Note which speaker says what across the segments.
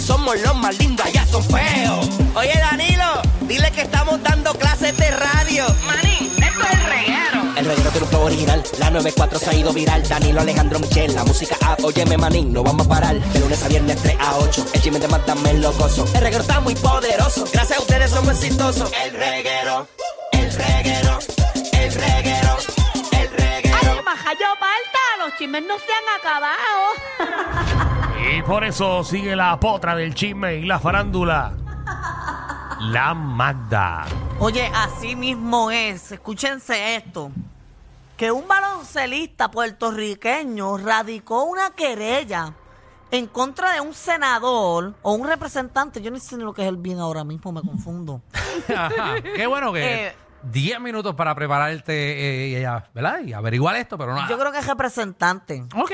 Speaker 1: somos los más lindos, allá son feos. Oye, Danilo, dile que estamos dando clases de radio.
Speaker 2: Manín, esto es el reguero.
Speaker 1: El reguero tiene un flow original, la 94 se ha ido viral. Danilo Alejandro Michel, la música app, óyeme manín, no vamos a parar. De lunes a viernes 3 a 8, el chisme de Mátame lo gozo. El reguero está muy poderoso, gracias a ustedes somos exitosos. El reguero, el reguero, el reguero, el
Speaker 2: Ay,
Speaker 1: reguero.
Speaker 2: maja, yo falta, los chismes no se han acabado.
Speaker 3: Y por eso sigue la potra del chisme y la farándula. La Magda.
Speaker 4: Oye, así mismo es. Escúchense esto. Que un baloncelista puertorriqueño radicó una querella en contra de un senador o un representante. Yo no sé ni lo que es el bien ahora mismo, me confundo.
Speaker 5: Ajá. Qué bueno que
Speaker 4: Eh,
Speaker 5: 10 minutos para prepararte eh, y, a- ¿verdad? y averiguar esto, pero no.
Speaker 4: Yo creo que es representante.
Speaker 5: Ok.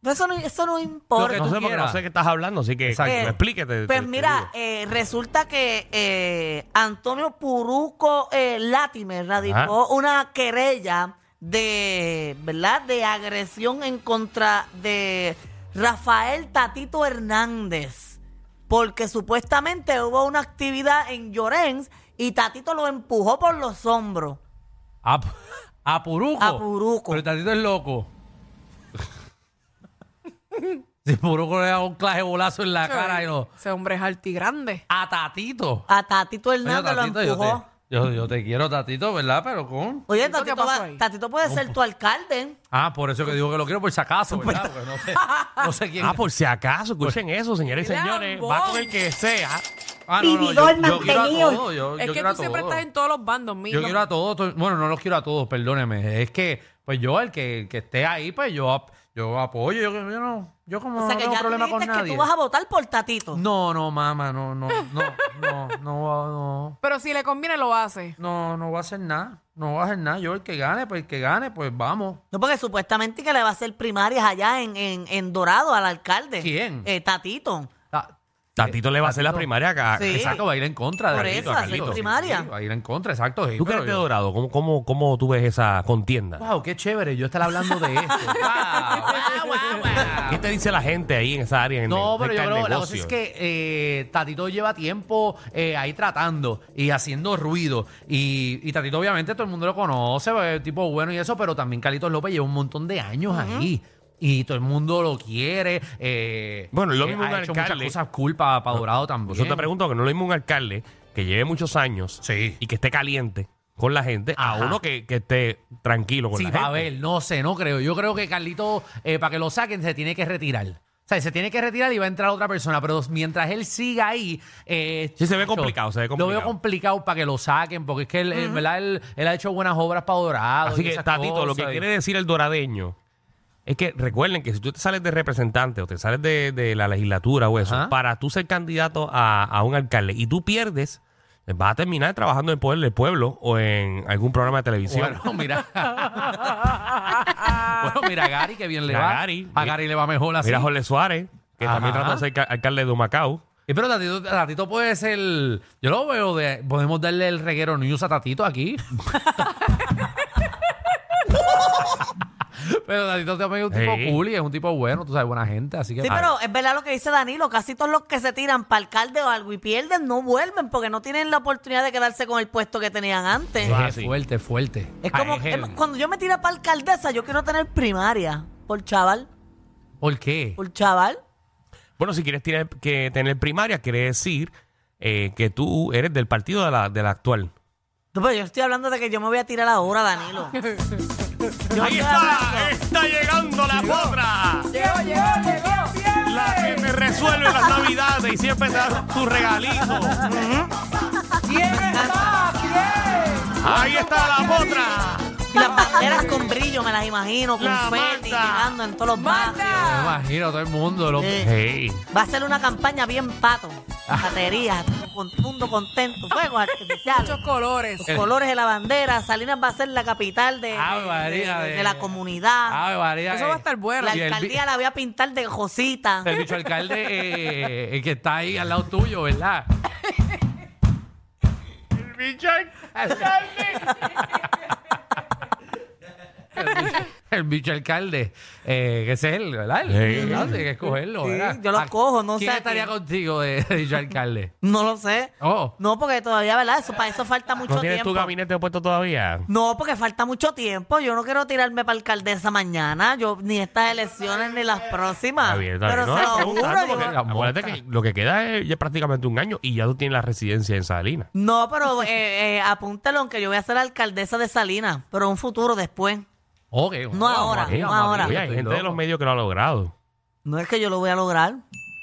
Speaker 4: Eso no, eso no
Speaker 5: Lo que
Speaker 4: importa.
Speaker 5: tú
Speaker 3: No sé, porque
Speaker 5: quieras.
Speaker 3: no sé qué estás hablando, así que
Speaker 5: Exacto.
Speaker 3: eh,
Speaker 4: Eh,
Speaker 3: explíquete.
Speaker 4: Pues
Speaker 3: te-
Speaker 4: mira, eh, resulta que eh, Antonio Puruco eh, Latimer radicó una querella de, ¿verdad? De agresión en contra de Rafael Tatito Hernández, porque supuestamente hubo una actividad en Llorens y Tatito lo empujó por los hombros.
Speaker 5: A, a Puruco.
Speaker 4: A Puruco.
Speaker 5: Pero el tatito es loco. si Puruco le da un claje bolazo en la cara y no.
Speaker 6: Ese hombre es altigrande.
Speaker 5: A Tatito.
Speaker 4: A Tatito
Speaker 5: Oye,
Speaker 4: Hernández
Speaker 5: tatito,
Speaker 4: lo
Speaker 5: yo,
Speaker 4: empujó.
Speaker 5: te, yo, yo te quiero, Tatito, ¿verdad? Pero con.
Speaker 4: Oye,
Speaker 6: ¿Tatito qué
Speaker 4: Tatito,
Speaker 6: pasó
Speaker 4: va-
Speaker 6: ahí?
Speaker 4: Tatito puede ser tu alcalde.
Speaker 5: Ah, por eso que digo que lo quiero por si acaso, ¿verdad? Porque no sé, no sé quién.
Speaker 3: Ah, por si acaso, escuchen eso, señores y
Speaker 6: Mira,
Speaker 3: señores.
Speaker 6: bombón.
Speaker 3: Va con el que sea.
Speaker 5: Ah, no, no, yo, yo quiero a todos. Yo, yo
Speaker 6: es que
Speaker 5: quiero a
Speaker 6: tú siempre
Speaker 5: todos.
Speaker 6: estás en todos los bandos, mío.
Speaker 5: Yo quiero a todos, to- bueno, no los quiero a todos, perdóneme. Es que, pues yo, el que, el que esté ahí, pues yo, ap- yo apoyo. Yo, yo no, yo como
Speaker 4: O sea
Speaker 5: no
Speaker 4: que
Speaker 5: tengo
Speaker 4: ya tú
Speaker 5: problema con
Speaker 4: dijiste que
Speaker 5: nadie.
Speaker 4: tú vas a votar por Tatito.
Speaker 5: No, no, mamá, no, no, no, no, no, no,
Speaker 6: Pero si le conviene, lo hace.
Speaker 5: no, no va a hacer nada. No va a hacer nada. Yo, el que gane, pues el que gane, pues vamos.
Speaker 4: No, porque supuestamente que le va a hacer primarias allá en, en, en Dorado al alcalde.
Speaker 5: ¿Quién?
Speaker 4: Eh, tatito.
Speaker 5: Ah,
Speaker 3: Tatito le va a hacer la
Speaker 5: Tatito.
Speaker 3: primaria acá.
Speaker 4: Sí.
Speaker 5: Exacto, va a ir en contra de
Speaker 4: Por
Speaker 5: Carlito,
Speaker 4: eso,
Speaker 5: a Carlito,
Speaker 4: hacer
Speaker 5: sí,
Speaker 4: primaria.
Speaker 5: sí, va a ir en contra, exacto. sí,
Speaker 3: ¿Tú qué
Speaker 5: pero
Speaker 3: eres de
Speaker 5: yo-
Speaker 3: dorado? ¿Cómo, cómo, ¿Cómo tú ves esa contienda?
Speaker 5: Wow, qué chévere yo estar hablando de esto. Guau, guau, guau.
Speaker 3: ¿Qué te dice la gente ahí en esa área? en
Speaker 5: No,
Speaker 3: el-
Speaker 5: pero yo
Speaker 3: cerca del
Speaker 5: creo que la cosa
Speaker 3: negocio?
Speaker 5: es que eh, Tatito lleva tiempo eh, ahí tratando y haciendo ruido. Y, y Tatito, obviamente, todo el mundo lo conoce, porque es tipo bueno y eso, pero también Carlitos López lleva un montón de años ahí. Y todo el mundo lo quiere. eh,
Speaker 3: Bueno, lo
Speaker 5: eh,
Speaker 3: mismo
Speaker 5: ha
Speaker 3: un
Speaker 5: hecho muchas
Speaker 3: alcalde.
Speaker 5: cosas culpa para Dorado también.
Speaker 3: Yo te pregunto que no es lo mismo un alcalde que lleve muchos años
Speaker 5: Sí.
Speaker 3: y que esté caliente con la gente a
Speaker 5: Ajá.
Speaker 3: uno que, que esté tranquilo con
Speaker 5: Sí,
Speaker 3: la
Speaker 5: a
Speaker 3: gente.
Speaker 5: ver, no sé, no creo. Yo creo que Carlito, eh, para que lo saquen, se tiene que retirar. O sea, se tiene que retirar y va a entrar otra persona. Pero mientras él siga ahí. eh,
Speaker 3: Sí, se ve
Speaker 5: chacho,
Speaker 3: complicado, se ve
Speaker 5: Lo
Speaker 3: complicado.
Speaker 5: veo complicado para que lo saquen, porque es que él, él, ¿verdad? él, él ha hecho buenas obras para Dorado.
Speaker 3: Así
Speaker 5: y
Speaker 3: que,
Speaker 5: esas
Speaker 3: Tatito, lo que
Speaker 5: cosas.
Speaker 3: quiere decir el doradeño es que recuerden que si tú te sales de representante o te sales de, de la legislatura o eso,
Speaker 5: Ajá.
Speaker 3: para tú ser candidato a, a un alcalde y tú pierdes, eh, vas a terminar trabajando en el poder del pueblo o en algún programa de televisión.
Speaker 5: Bueno, mira. bueno, mira a Gary, que bien le
Speaker 3: Mira a
Speaker 5: va.
Speaker 3: Gary.
Speaker 5: a Gary le va mejor así.
Speaker 3: Mira a Jorge Suárez, que
Speaker 5: Ajá.
Speaker 3: también trató de ser ca- alcalde de Humacao.
Speaker 5: Eh, pero Tatito, Tatito puede ser. Yo lo veo de. Podemos darle el reguero news a Tatito aquí. pero Tatito también es un tipo
Speaker 3: Sí.
Speaker 5: cool y es un tipo bueno, tú sabes, buena gente. Así que.
Speaker 4: Sí, pero es verdad lo que dice Danilo. Casi todos los que se tiran para alcalde o algo y pierden no vuelven porque no tienen la oportunidad de quedarse con el puesto que tenían antes.
Speaker 3: Wow.
Speaker 5: Ah,
Speaker 3: es así.
Speaker 5: fuerte, fuerte.
Speaker 4: Es como
Speaker 3: Ah, es el-
Speaker 4: es- cuando yo me tira para alcaldesa, yo quiero tener primaria. Por chaval,
Speaker 5: ¿Por qué?
Speaker 4: por chaval.
Speaker 3: Bueno, si quieres tener, que tener primaria, quiere decir eh, que tú eres del partido de la, de la actual.
Speaker 4: No, pero yo estoy hablando de que yo me voy a tirar ahora, Danilo. Yo
Speaker 3: ¡Ahí
Speaker 4: estoy
Speaker 3: está!
Speaker 4: hablando-
Speaker 3: ¡Está llegando la potra!
Speaker 6: Llegó, llegó, llegó.
Speaker 3: La que te resuelve las navidades y siempre te da tu regalito. Ahí está la potra.
Speaker 4: Y las banderas con brillo, me las imagino,
Speaker 3: La
Speaker 4: con Feti,
Speaker 3: Magda.
Speaker 4: llegando en todos los barrios.
Speaker 5: Me imagino todo el mundo. Lo...
Speaker 4: Ah. Sí.
Speaker 3: Hey.
Speaker 4: Va a ser una campaña bien pato. Baterías, con mundo contento, fuegos artificiales.
Speaker 6: Muchos colores.
Speaker 4: Los colores de la bandera. Salinas va a ser la capital de,
Speaker 3: Ah,
Speaker 5: Ave
Speaker 4: de-
Speaker 5: María,
Speaker 4: de- de
Speaker 5: de-
Speaker 4: la comunidad.
Speaker 5: Ay, María,
Speaker 6: Eso va a
Speaker 5: eh,
Speaker 6: estar bueno.
Speaker 4: La
Speaker 5: y el vi-
Speaker 4: alcaldía la voy a pintar de Josita.
Speaker 5: El bicho alcalde, eh, el que está ahí al lado tuyo, ¿verdad? el bicho alcalde. el bicho, el bicho alcalde, eh, que ese es él, ¿verdad? El-
Speaker 3: Sí.
Speaker 5: ¿verdad? Hay que escogerlo,
Speaker 4: Sí,
Speaker 5: ¿verdad?
Speaker 4: yo lo
Speaker 5: ¿A-
Speaker 4: cojo, no
Speaker 5: ¿quién
Speaker 4: sé a
Speaker 5: estaría
Speaker 4: quién.
Speaker 5: contigo de, de bicho alcalde?
Speaker 4: No lo sé.
Speaker 5: Oh,
Speaker 4: No, porque todavía, ¿verdad? Eso, para eso falta mucho
Speaker 3: ¿No tienes
Speaker 4: tiempo.
Speaker 3: tu gabinete puesto todavía?
Speaker 4: No, porque falta mucho tiempo. Yo no quiero tirarme para alcaldesa mañana. Yo ni estas elecciones ni las próximas.
Speaker 3: Está bien, está bien.
Speaker 4: Ah, Pero
Speaker 3: No,
Speaker 4: se
Speaker 3: es
Speaker 4: lo
Speaker 3: preguntando
Speaker 4: juro.
Speaker 3: porque
Speaker 4: yo-
Speaker 5: yo-
Speaker 3: acuérdate que lo que queda es ya prácticamente un año y ya tú tienes la residencia en Salinas.
Speaker 4: No, pero eh, eh, apúntalo, aunque yo voy a ser alcaldesa de Salinas, pero un futuro después.
Speaker 5: ok.
Speaker 4: No ahora,
Speaker 5: Oh, María,
Speaker 4: no
Speaker 5: María,
Speaker 4: ahora.
Speaker 5: yo
Speaker 3: Oye, hay
Speaker 5: estoy
Speaker 3: gente de los
Speaker 5: loco.
Speaker 3: medios que lo ha logrado.
Speaker 4: No es que yo lo voy a lograr.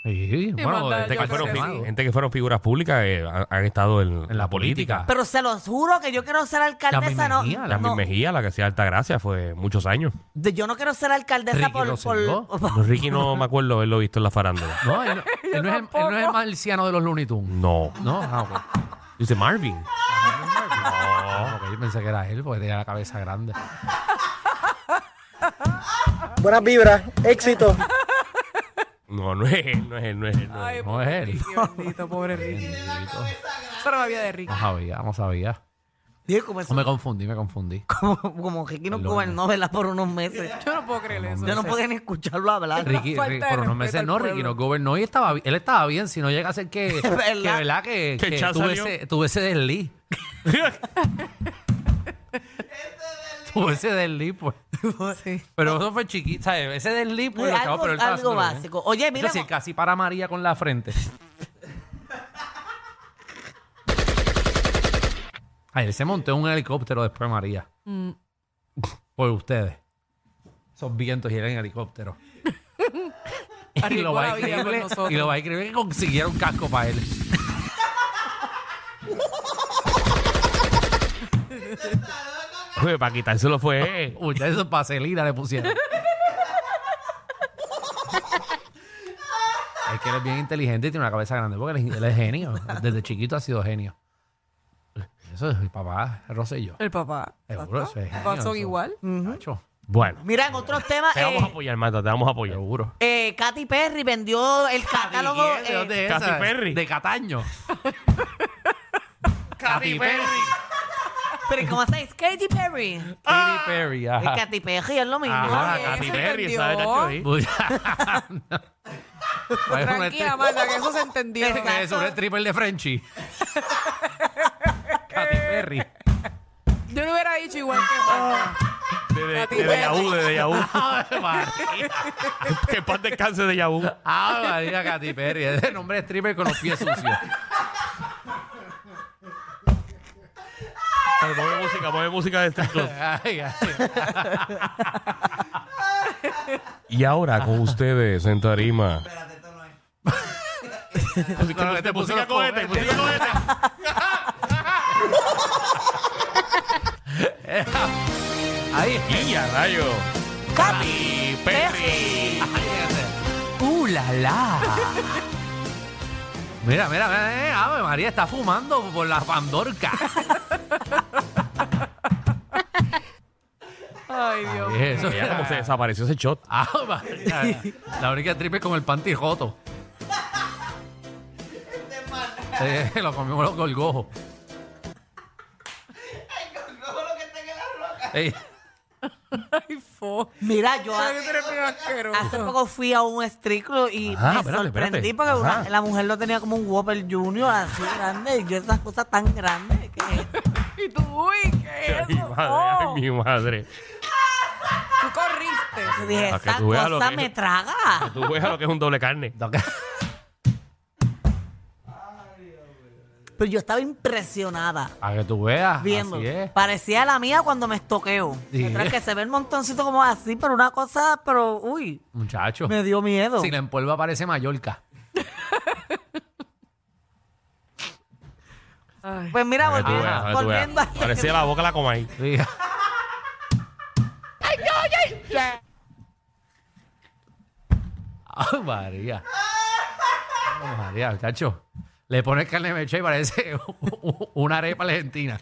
Speaker 5: Sí, bueno, este
Speaker 6: manda-
Speaker 5: gente
Speaker 6: yo
Speaker 5: que
Speaker 6: creo
Speaker 5: fueron
Speaker 6: que sí.
Speaker 5: firmados.
Speaker 3: Gente que fueron figuras públicas eh, han, han estado en, en la política.
Speaker 4: Pero se los juro que yo quiero ser alcaldesa. No,
Speaker 5: Mejía,
Speaker 3: Yasmín
Speaker 4: no,
Speaker 3: Mejía, la que hacía Altagracia, fue muchos años.
Speaker 4: de- yo no quiero ser alcaldesa
Speaker 5: Ricky
Speaker 4: por,
Speaker 5: Rosselló.
Speaker 4: por-
Speaker 3: No, Ricky no me acuerdo haberlo visto en la farándula.
Speaker 5: No, él, no- él no es el, él no es el marciano de los Looney Tunes.
Speaker 3: No.
Speaker 5: No, ah, ok.
Speaker 3: Dice Marvin.
Speaker 5: Ah, ok, yo pensé que era él porque tenía la cabeza grande.
Speaker 7: Buenas vibras, éxito.
Speaker 3: No, no es él, no es él, no es él. no es él.
Speaker 6: Ay,
Speaker 5: No es él.
Speaker 6: Ricky, bendito, pobre Ricky. Eso era la vida de Ricky.
Speaker 5: No sabía, no sabía.
Speaker 4: Digo, como, eso-
Speaker 5: No me confundí, me confundí.
Speaker 4: como, como Ricky nos
Speaker 5: Perdón.
Speaker 4: gobernó, ¿verdad? Por unos meses.
Speaker 6: Yo no puedo creer eso.
Speaker 4: Yo no podía ni escucharlo hablar.
Speaker 5: Ricky,
Speaker 6: Falta de
Speaker 5: Ricky- por unos
Speaker 6: respeto
Speaker 5: meses
Speaker 6: al
Speaker 5: no, Ricky
Speaker 6: pueblo.
Speaker 5: no gobernó y estaba, bi- él estaba bien. Si no llega a ser que, que
Speaker 4: ¿Verdad?
Speaker 5: verdad, que,
Speaker 3: Que
Speaker 5: que
Speaker 3: Chá
Speaker 5: tuve,
Speaker 3: salió.
Speaker 5: ese, tuve ese desliz. tuve ese desliz, pues. Pero eso fue chiquito, ¿sabes? Ese desliz, pues. lo
Speaker 4: Algo-
Speaker 5: acabó, pero él estaba
Speaker 4: algo
Speaker 5: haciéndolo bien.
Speaker 4: básico. Oye, mira,
Speaker 5: Yo sí,
Speaker 4: mo-
Speaker 5: casi para María con la frente. Ay, él se montó en un helicóptero después de María.
Speaker 6: Mm.
Speaker 5: Por ustedes. Esos vientos y él en helicóptero. y, lo
Speaker 6: Arriesgó
Speaker 5: más
Speaker 6: la vida por
Speaker 5: increíble,
Speaker 6: nosotros.
Speaker 5: y lo más increíble es que consiguieron casco para él.
Speaker 3: Oye, para quitárselo fue él.
Speaker 5: Uy, eso paselina le pusieron. es que él es bien inteligente y tiene una cabeza grande porque él es, él es genio. Desde chiquito ha sido genio. Eso es mi papá, Rosselló.
Speaker 6: El papá.
Speaker 5: Seguro, eso es genio.
Speaker 6: Pasó
Speaker 5: eso. Mm.
Speaker 6: igual.
Speaker 5: Chacho,
Speaker 3: Bueno,
Speaker 4: Mira, en otros temas,
Speaker 3: te vamos a
Speaker 4: eh,
Speaker 3: apoyar, Mata, te vamos a apoyar.
Speaker 5: seguro.
Speaker 4: eh, Katy Perry vendió el catálogo.
Speaker 5: ¿De
Speaker 4: eh,
Speaker 5: dónde es
Speaker 3: Katy
Speaker 5: esa?
Speaker 3: Perry.
Speaker 5: De Cataño. Katy Perry.
Speaker 4: pero ¿cómo se dice? Katy Perry.
Speaker 5: Katy Perry, ah.
Speaker 4: El
Speaker 5: ajá.
Speaker 4: Katy Perry es lo mismo. eh.
Speaker 3: Ajá,
Speaker 6: Oye,
Speaker 3: Katy
Speaker 6: se
Speaker 3: Perry,
Speaker 6: entendió.
Speaker 3: ¿sabes? Nacho, sí.
Speaker 5: Uy, no. Bueno,
Speaker 6: Tranquila,
Speaker 5: este-
Speaker 6: Marta, que eso se entendió.
Speaker 5: Eso que es un stripper de Frenchy. Katy Perry.
Speaker 6: Yo no hubiera dicho igual que Marta.
Speaker 3: De, de,
Speaker 6: Katy
Speaker 3: de
Speaker 6: Perry.
Speaker 3: Yahoo, de Yahoo.
Speaker 5: Ave María.
Speaker 3: que paz descanse de Yahoo.
Speaker 5: Ave Ah, María Katy Perry. Es el nombre de stripper con los pies sucios.
Speaker 3: Pero Ponme música, ponme música de este club.
Speaker 5: Ay, ay.
Speaker 3: Y ahora con ustedes en tarima. Espérate, esto
Speaker 5: No,
Speaker 3: no
Speaker 5: este
Speaker 3: es.
Speaker 5: puso
Speaker 3: Música
Speaker 5: los
Speaker 3: cohete,
Speaker 5: cohetes.
Speaker 3: música cohete.
Speaker 5: Ahí.
Speaker 3: Y a rayo.
Speaker 4: Katy
Speaker 3: Perry.
Speaker 5: ¡Uh, la, la! Mira, mira, mira. eh, Ave María está fumando por la pandorca.
Speaker 6: Ay, Dios.
Speaker 5: ¿Qué es eso?
Speaker 3: Mira cómo se desapareció ese shot.
Speaker 5: Ave María. La única stripper con el pantijoto. Eh, lo comió los gorgojos. El gorgojo lo que está en la roca.
Speaker 6: Ay, fo.
Speaker 4: Mira, yo
Speaker 6: Ay, tú eres bien asqueroso.
Speaker 4: hace poco fui a un striclo y
Speaker 3: Ajá,
Speaker 4: me
Speaker 3: espérate,
Speaker 4: sorprendí
Speaker 3: espérate.
Speaker 4: porque una-
Speaker 3: Ajá.
Speaker 4: la mujer lo tenía como un Whopper Junior así grande y yo esas cosas tan grandes. que
Speaker 6: Y tú, uy, ¿qué es
Speaker 3: Ay,
Speaker 6: eso?
Speaker 3: madre, ay,
Speaker 6: Oh,
Speaker 3: mi madre.
Speaker 6: Tú corriste.
Speaker 4: yo dije,
Speaker 3: Para que
Speaker 4: esa
Speaker 3: tú veas lo
Speaker 4: cosa
Speaker 3: que-
Speaker 4: me traga.
Speaker 3: Tú veas lo que es un doble carne.
Speaker 4: Pero yo estaba impresionada
Speaker 5: A que tú veas.
Speaker 4: viendo.
Speaker 5: Así es.
Speaker 4: Parecía la mía cuando me estoqueo.
Speaker 5: Sí.
Speaker 4: Mientras que se ve el montoncito como así, pero una cosa, pero uy,
Speaker 5: Muchacho.
Speaker 4: me dio miedo.
Speaker 5: Si la empolva parece Mallorca.
Speaker 6: Ay.
Speaker 4: Pues mira,
Speaker 3: Para que tú
Speaker 4: volviendo,
Speaker 3: veas, para que tú
Speaker 4: volviendo
Speaker 3: veas.
Speaker 4: al
Speaker 3: Parecía
Speaker 4: tema.
Speaker 3: la boca la coma ahí.
Speaker 5: Sí. ¡Ay, Ah, María! Ay, María, muchacho. Le pones carne mecha y parece u- u- una arepa argentina.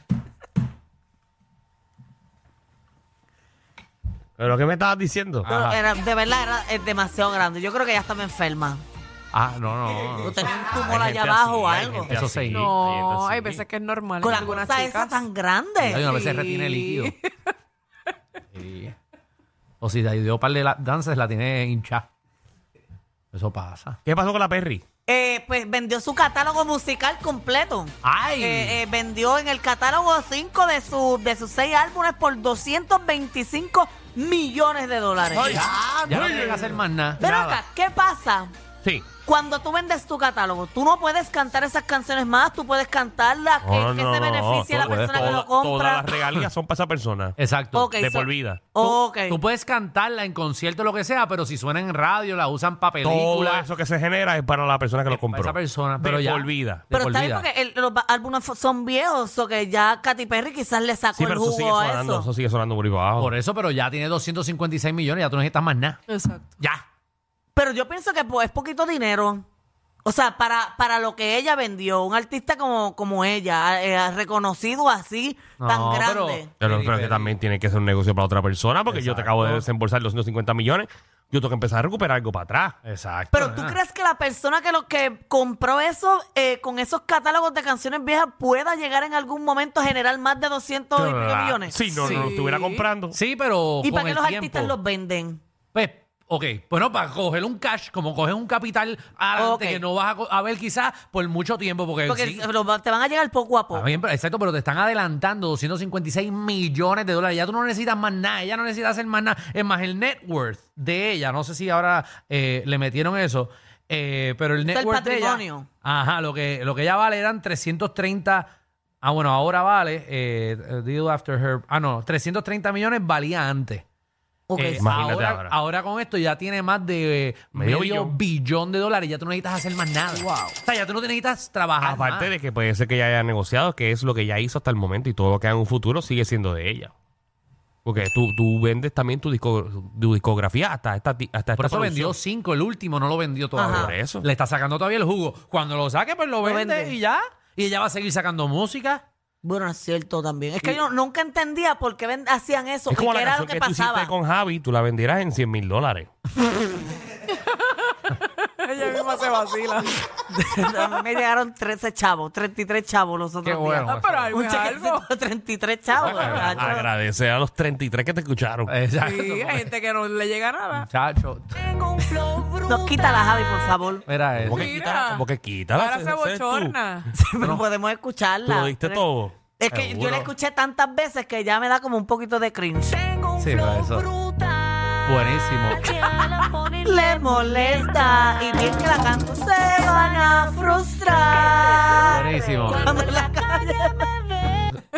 Speaker 3: ¿Pero qué me estabas diciendo?
Speaker 4: Pero era- de verdad era es demasiado grande. Yo creo que ya estaba enferma.
Speaker 5: Ah, no, no. no.
Speaker 4: Yo tenía un
Speaker 3: Pues Hay
Speaker 4: tumor allá
Speaker 3: gente
Speaker 4: abajo o
Speaker 3: así, hay
Speaker 4: algo.
Speaker 3: gente
Speaker 5: Eso
Speaker 3: así.
Speaker 5: sí.
Speaker 3: Hay gente
Speaker 6: No,
Speaker 3: así.
Speaker 6: hay veces que es normal.
Speaker 4: Con
Speaker 6: en
Speaker 4: la
Speaker 6: algunas
Speaker 4: cosa esa
Speaker 6: chicas.
Speaker 4: tan grande.
Speaker 5: Hay una vez se
Speaker 6: Sí.
Speaker 5: retiene líquido. Sí. O si te dio un par de la- danzas, la tiene hincha. Eso pasa.
Speaker 3: ¿Qué pasó con la Perry?
Speaker 4: Eh, pues vendió su catálogo musical completo.
Speaker 5: ¡Ay!
Speaker 4: Eh, eh, vendió en el catálogo 5 de, su, de sus 6 álbumes por 225 millones de dólares.
Speaker 5: ya no tiene que hacer más nada.
Speaker 4: ah, Pero
Speaker 5: Nada.
Speaker 4: acá, ¿qué pasa?
Speaker 3: Sí.
Speaker 4: Cuando tú vendes tu catálogo, tú no puedes cantar esas canciones más, tú puedes cantarlas, que,
Speaker 3: No,
Speaker 4: que
Speaker 3: Oh, no,
Speaker 4: se
Speaker 3: no,
Speaker 4: beneficie
Speaker 3: no,
Speaker 4: a la
Speaker 3: tú puedes-
Speaker 4: persona que
Speaker 3: toda-
Speaker 4: lo compra.
Speaker 3: Todas las regalías son para esa persona.
Speaker 5: Exacto.
Speaker 4: Ok,
Speaker 3: de
Speaker 4: so-
Speaker 3: por vida.
Speaker 4: Ok.
Speaker 5: Tú puedes cantarla en concierto, lo que sea, pero si suena en radio, la usan para
Speaker 3: Todo
Speaker 5: películas.
Speaker 3: eso que se genera es para la persona que lo compró.
Speaker 5: Para esa persona,
Speaker 3: De
Speaker 5: pero ya.
Speaker 3: por vida.
Speaker 5: de
Speaker 4: Pero
Speaker 5: por
Speaker 4: está bien
Speaker 5: vida.
Speaker 4: porque el- los ba- álbumes fo- son viejos, o que ya Katy Perry quizás le sacó
Speaker 3: Sí,
Speaker 4: el
Speaker 3: pero eso sigue
Speaker 4: jugo a
Speaker 3: sonando,
Speaker 4: eso.
Speaker 3: eso. sigue sonando por ahí abajo.
Speaker 5: Por eso, pero ya tiene 256 millones, ya tú no necesitas más nada.
Speaker 6: Exacto.
Speaker 5: Ya.
Speaker 4: Pero yo pienso que pues, es poquito dinero. O sea, para, para lo que ella vendió, un artista como, como ella, eh, reconocido así, tan
Speaker 5: No, pero-
Speaker 4: grande.
Speaker 3: Pero
Speaker 5: Katy
Speaker 3: creo que
Speaker 5: Perry.
Speaker 3: también tiene que ser un negocio para otra persona, porque yo te acabo de
Speaker 5: Exacto.
Speaker 3: desembolsar los 250 millones, yo tengo que empezar a recuperar algo para atrás.
Speaker 5: Exacto.
Speaker 4: Pero tú
Speaker 5: nena.
Speaker 4: crees que la persona que lo que compró eso eh, con esos catálogos de canciones viejas pueda llegar en algún momento a generar más de 200 y pico
Speaker 3: Claro.
Speaker 4: millones.
Speaker 3: Sí, no, no, lo
Speaker 6: Sí.
Speaker 3: estuviera comprando.
Speaker 5: Sí, pero.
Speaker 4: ¿Y
Speaker 5: con
Speaker 4: para qué
Speaker 5: el
Speaker 4: los
Speaker 5: tiempo-
Speaker 4: artistas los venden?
Speaker 5: Pues, ok, bueno, para coger un cash, como coger un capital adelante
Speaker 4: Ok.
Speaker 5: que no vas a, co- a ver quizás por mucho tiempo, porque,
Speaker 4: Porque
Speaker 5: sí.
Speaker 4: los va- te van a llegar poco a
Speaker 5: Está
Speaker 4: poco.
Speaker 5: bien, pero- exacto, pero te están adelantando 256 millones de dólares. Ya tú no necesitas más nada, ella no necesita hacer más nada. Es más, el net worth de ella, no sé si ahora eh, le metieron eso, eh, pero el net
Speaker 4: el
Speaker 5: worth de ella-
Speaker 4: patrimonio.
Speaker 5: ajá, lo que, lo que ella vale eran 330. Ah, bueno, ahora vale, eh, deal after her. Ah, no, 330 millones valía antes.
Speaker 4: Ok.
Speaker 5: Eh,
Speaker 3: Imagínate
Speaker 5: ahora,
Speaker 3: ahora.
Speaker 5: ahora con esto ya tiene más de eh, medio,
Speaker 3: Medio
Speaker 5: billón.
Speaker 3: billón.
Speaker 5: de dólares. Ya tú no necesitas hacer más nada. O sea, ya tú no necesitas trabajar.
Speaker 3: Aparte
Speaker 5: más.
Speaker 3: de que puede ser que ya haya negociado, que es lo que ya hizo hasta el momento y todo lo que haga en un futuro sigue siendo de ella. Porque tú, tú vendes también tu, disco- tu discografía hasta esta ti- hasta
Speaker 5: Por
Speaker 3: esta
Speaker 5: eso
Speaker 3: producción.
Speaker 5: vendió cinco, el último no lo vendió todavía.
Speaker 4: Ajá.
Speaker 3: Por eso.
Speaker 5: Le está sacando todavía el jugo. Cuando lo saque, pues lo vende,
Speaker 4: vende.
Speaker 5: y ya. Y ella va a seguir sacando música.
Speaker 4: Bueno, es cierto también. Es que yo nunca entendía por qué ven- hacían eso.
Speaker 3: Es
Speaker 4: y
Speaker 3: como
Speaker 4: qué
Speaker 3: la
Speaker 4: era lo
Speaker 3: canción que,
Speaker 4: que
Speaker 3: tú hiciste
Speaker 4: pasaba.
Speaker 3: con Javi, tú la vendieras en 100 mil dólares.
Speaker 6: Ella misma se vacila.
Speaker 4: A mí me llegaron 13 chavos, 33 chavos los otros
Speaker 5: Qué bueno.
Speaker 4: días.
Speaker 6: Ah, pero ahí
Speaker 4: Un
Speaker 6: me
Speaker 4: chequecito
Speaker 6: algo.
Speaker 4: de 33 chavos. muchacho.
Speaker 3: Agradecer a los 33 que te escucharon.
Speaker 6: Eh,
Speaker 5: Exacto.
Speaker 6: Sí, hay gente que no le llega nada.
Speaker 5: Muchacho.
Speaker 4: Nos quita la Javi, por favor.
Speaker 5: Mira eso.
Speaker 3: ¿Cómo que
Speaker 6: Mira.
Speaker 3: quítala? ¿Cómo que quítala?
Speaker 6: Ahora
Speaker 3: Ese-
Speaker 6: se
Speaker 3: ese eres tú.
Speaker 6: bochorna.
Speaker 4: Pero podemos
Speaker 3: Tú
Speaker 4: escucharla.
Speaker 3: lo diste
Speaker 4: Pero-
Speaker 3: todo.
Speaker 4: Es que yo
Speaker 3: Seguro.
Speaker 4: la escuché tantas veces que ya me da como un poquito de cringe.
Speaker 5: Sí, pero eso. Buenísimo.
Speaker 4: Le molesta y bien que la canto se van a frustrar.
Speaker 5: Buenísimo.
Speaker 4: Cuando la calle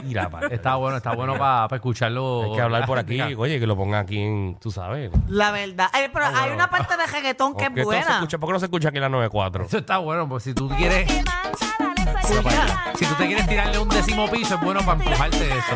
Speaker 3: Mira, pa-
Speaker 5: Está bueno, está bueno para escucharlo.
Speaker 3: Hay que hablar por aquí. Oye, que lo pongan aquí en, tú sabes.
Speaker 4: La verdad. Eh, pero hay una parte de reggaetón que
Speaker 3: Aunque
Speaker 4: es
Speaker 3: esto no se
Speaker 4: buena.
Speaker 3: escucha- ¿Por qué no se escucha aquí en la 94?
Speaker 5: Eso está bueno, pues si tú quieres. Si tú te quieres tirarle un décimo piso, es bueno para empujarte de eso.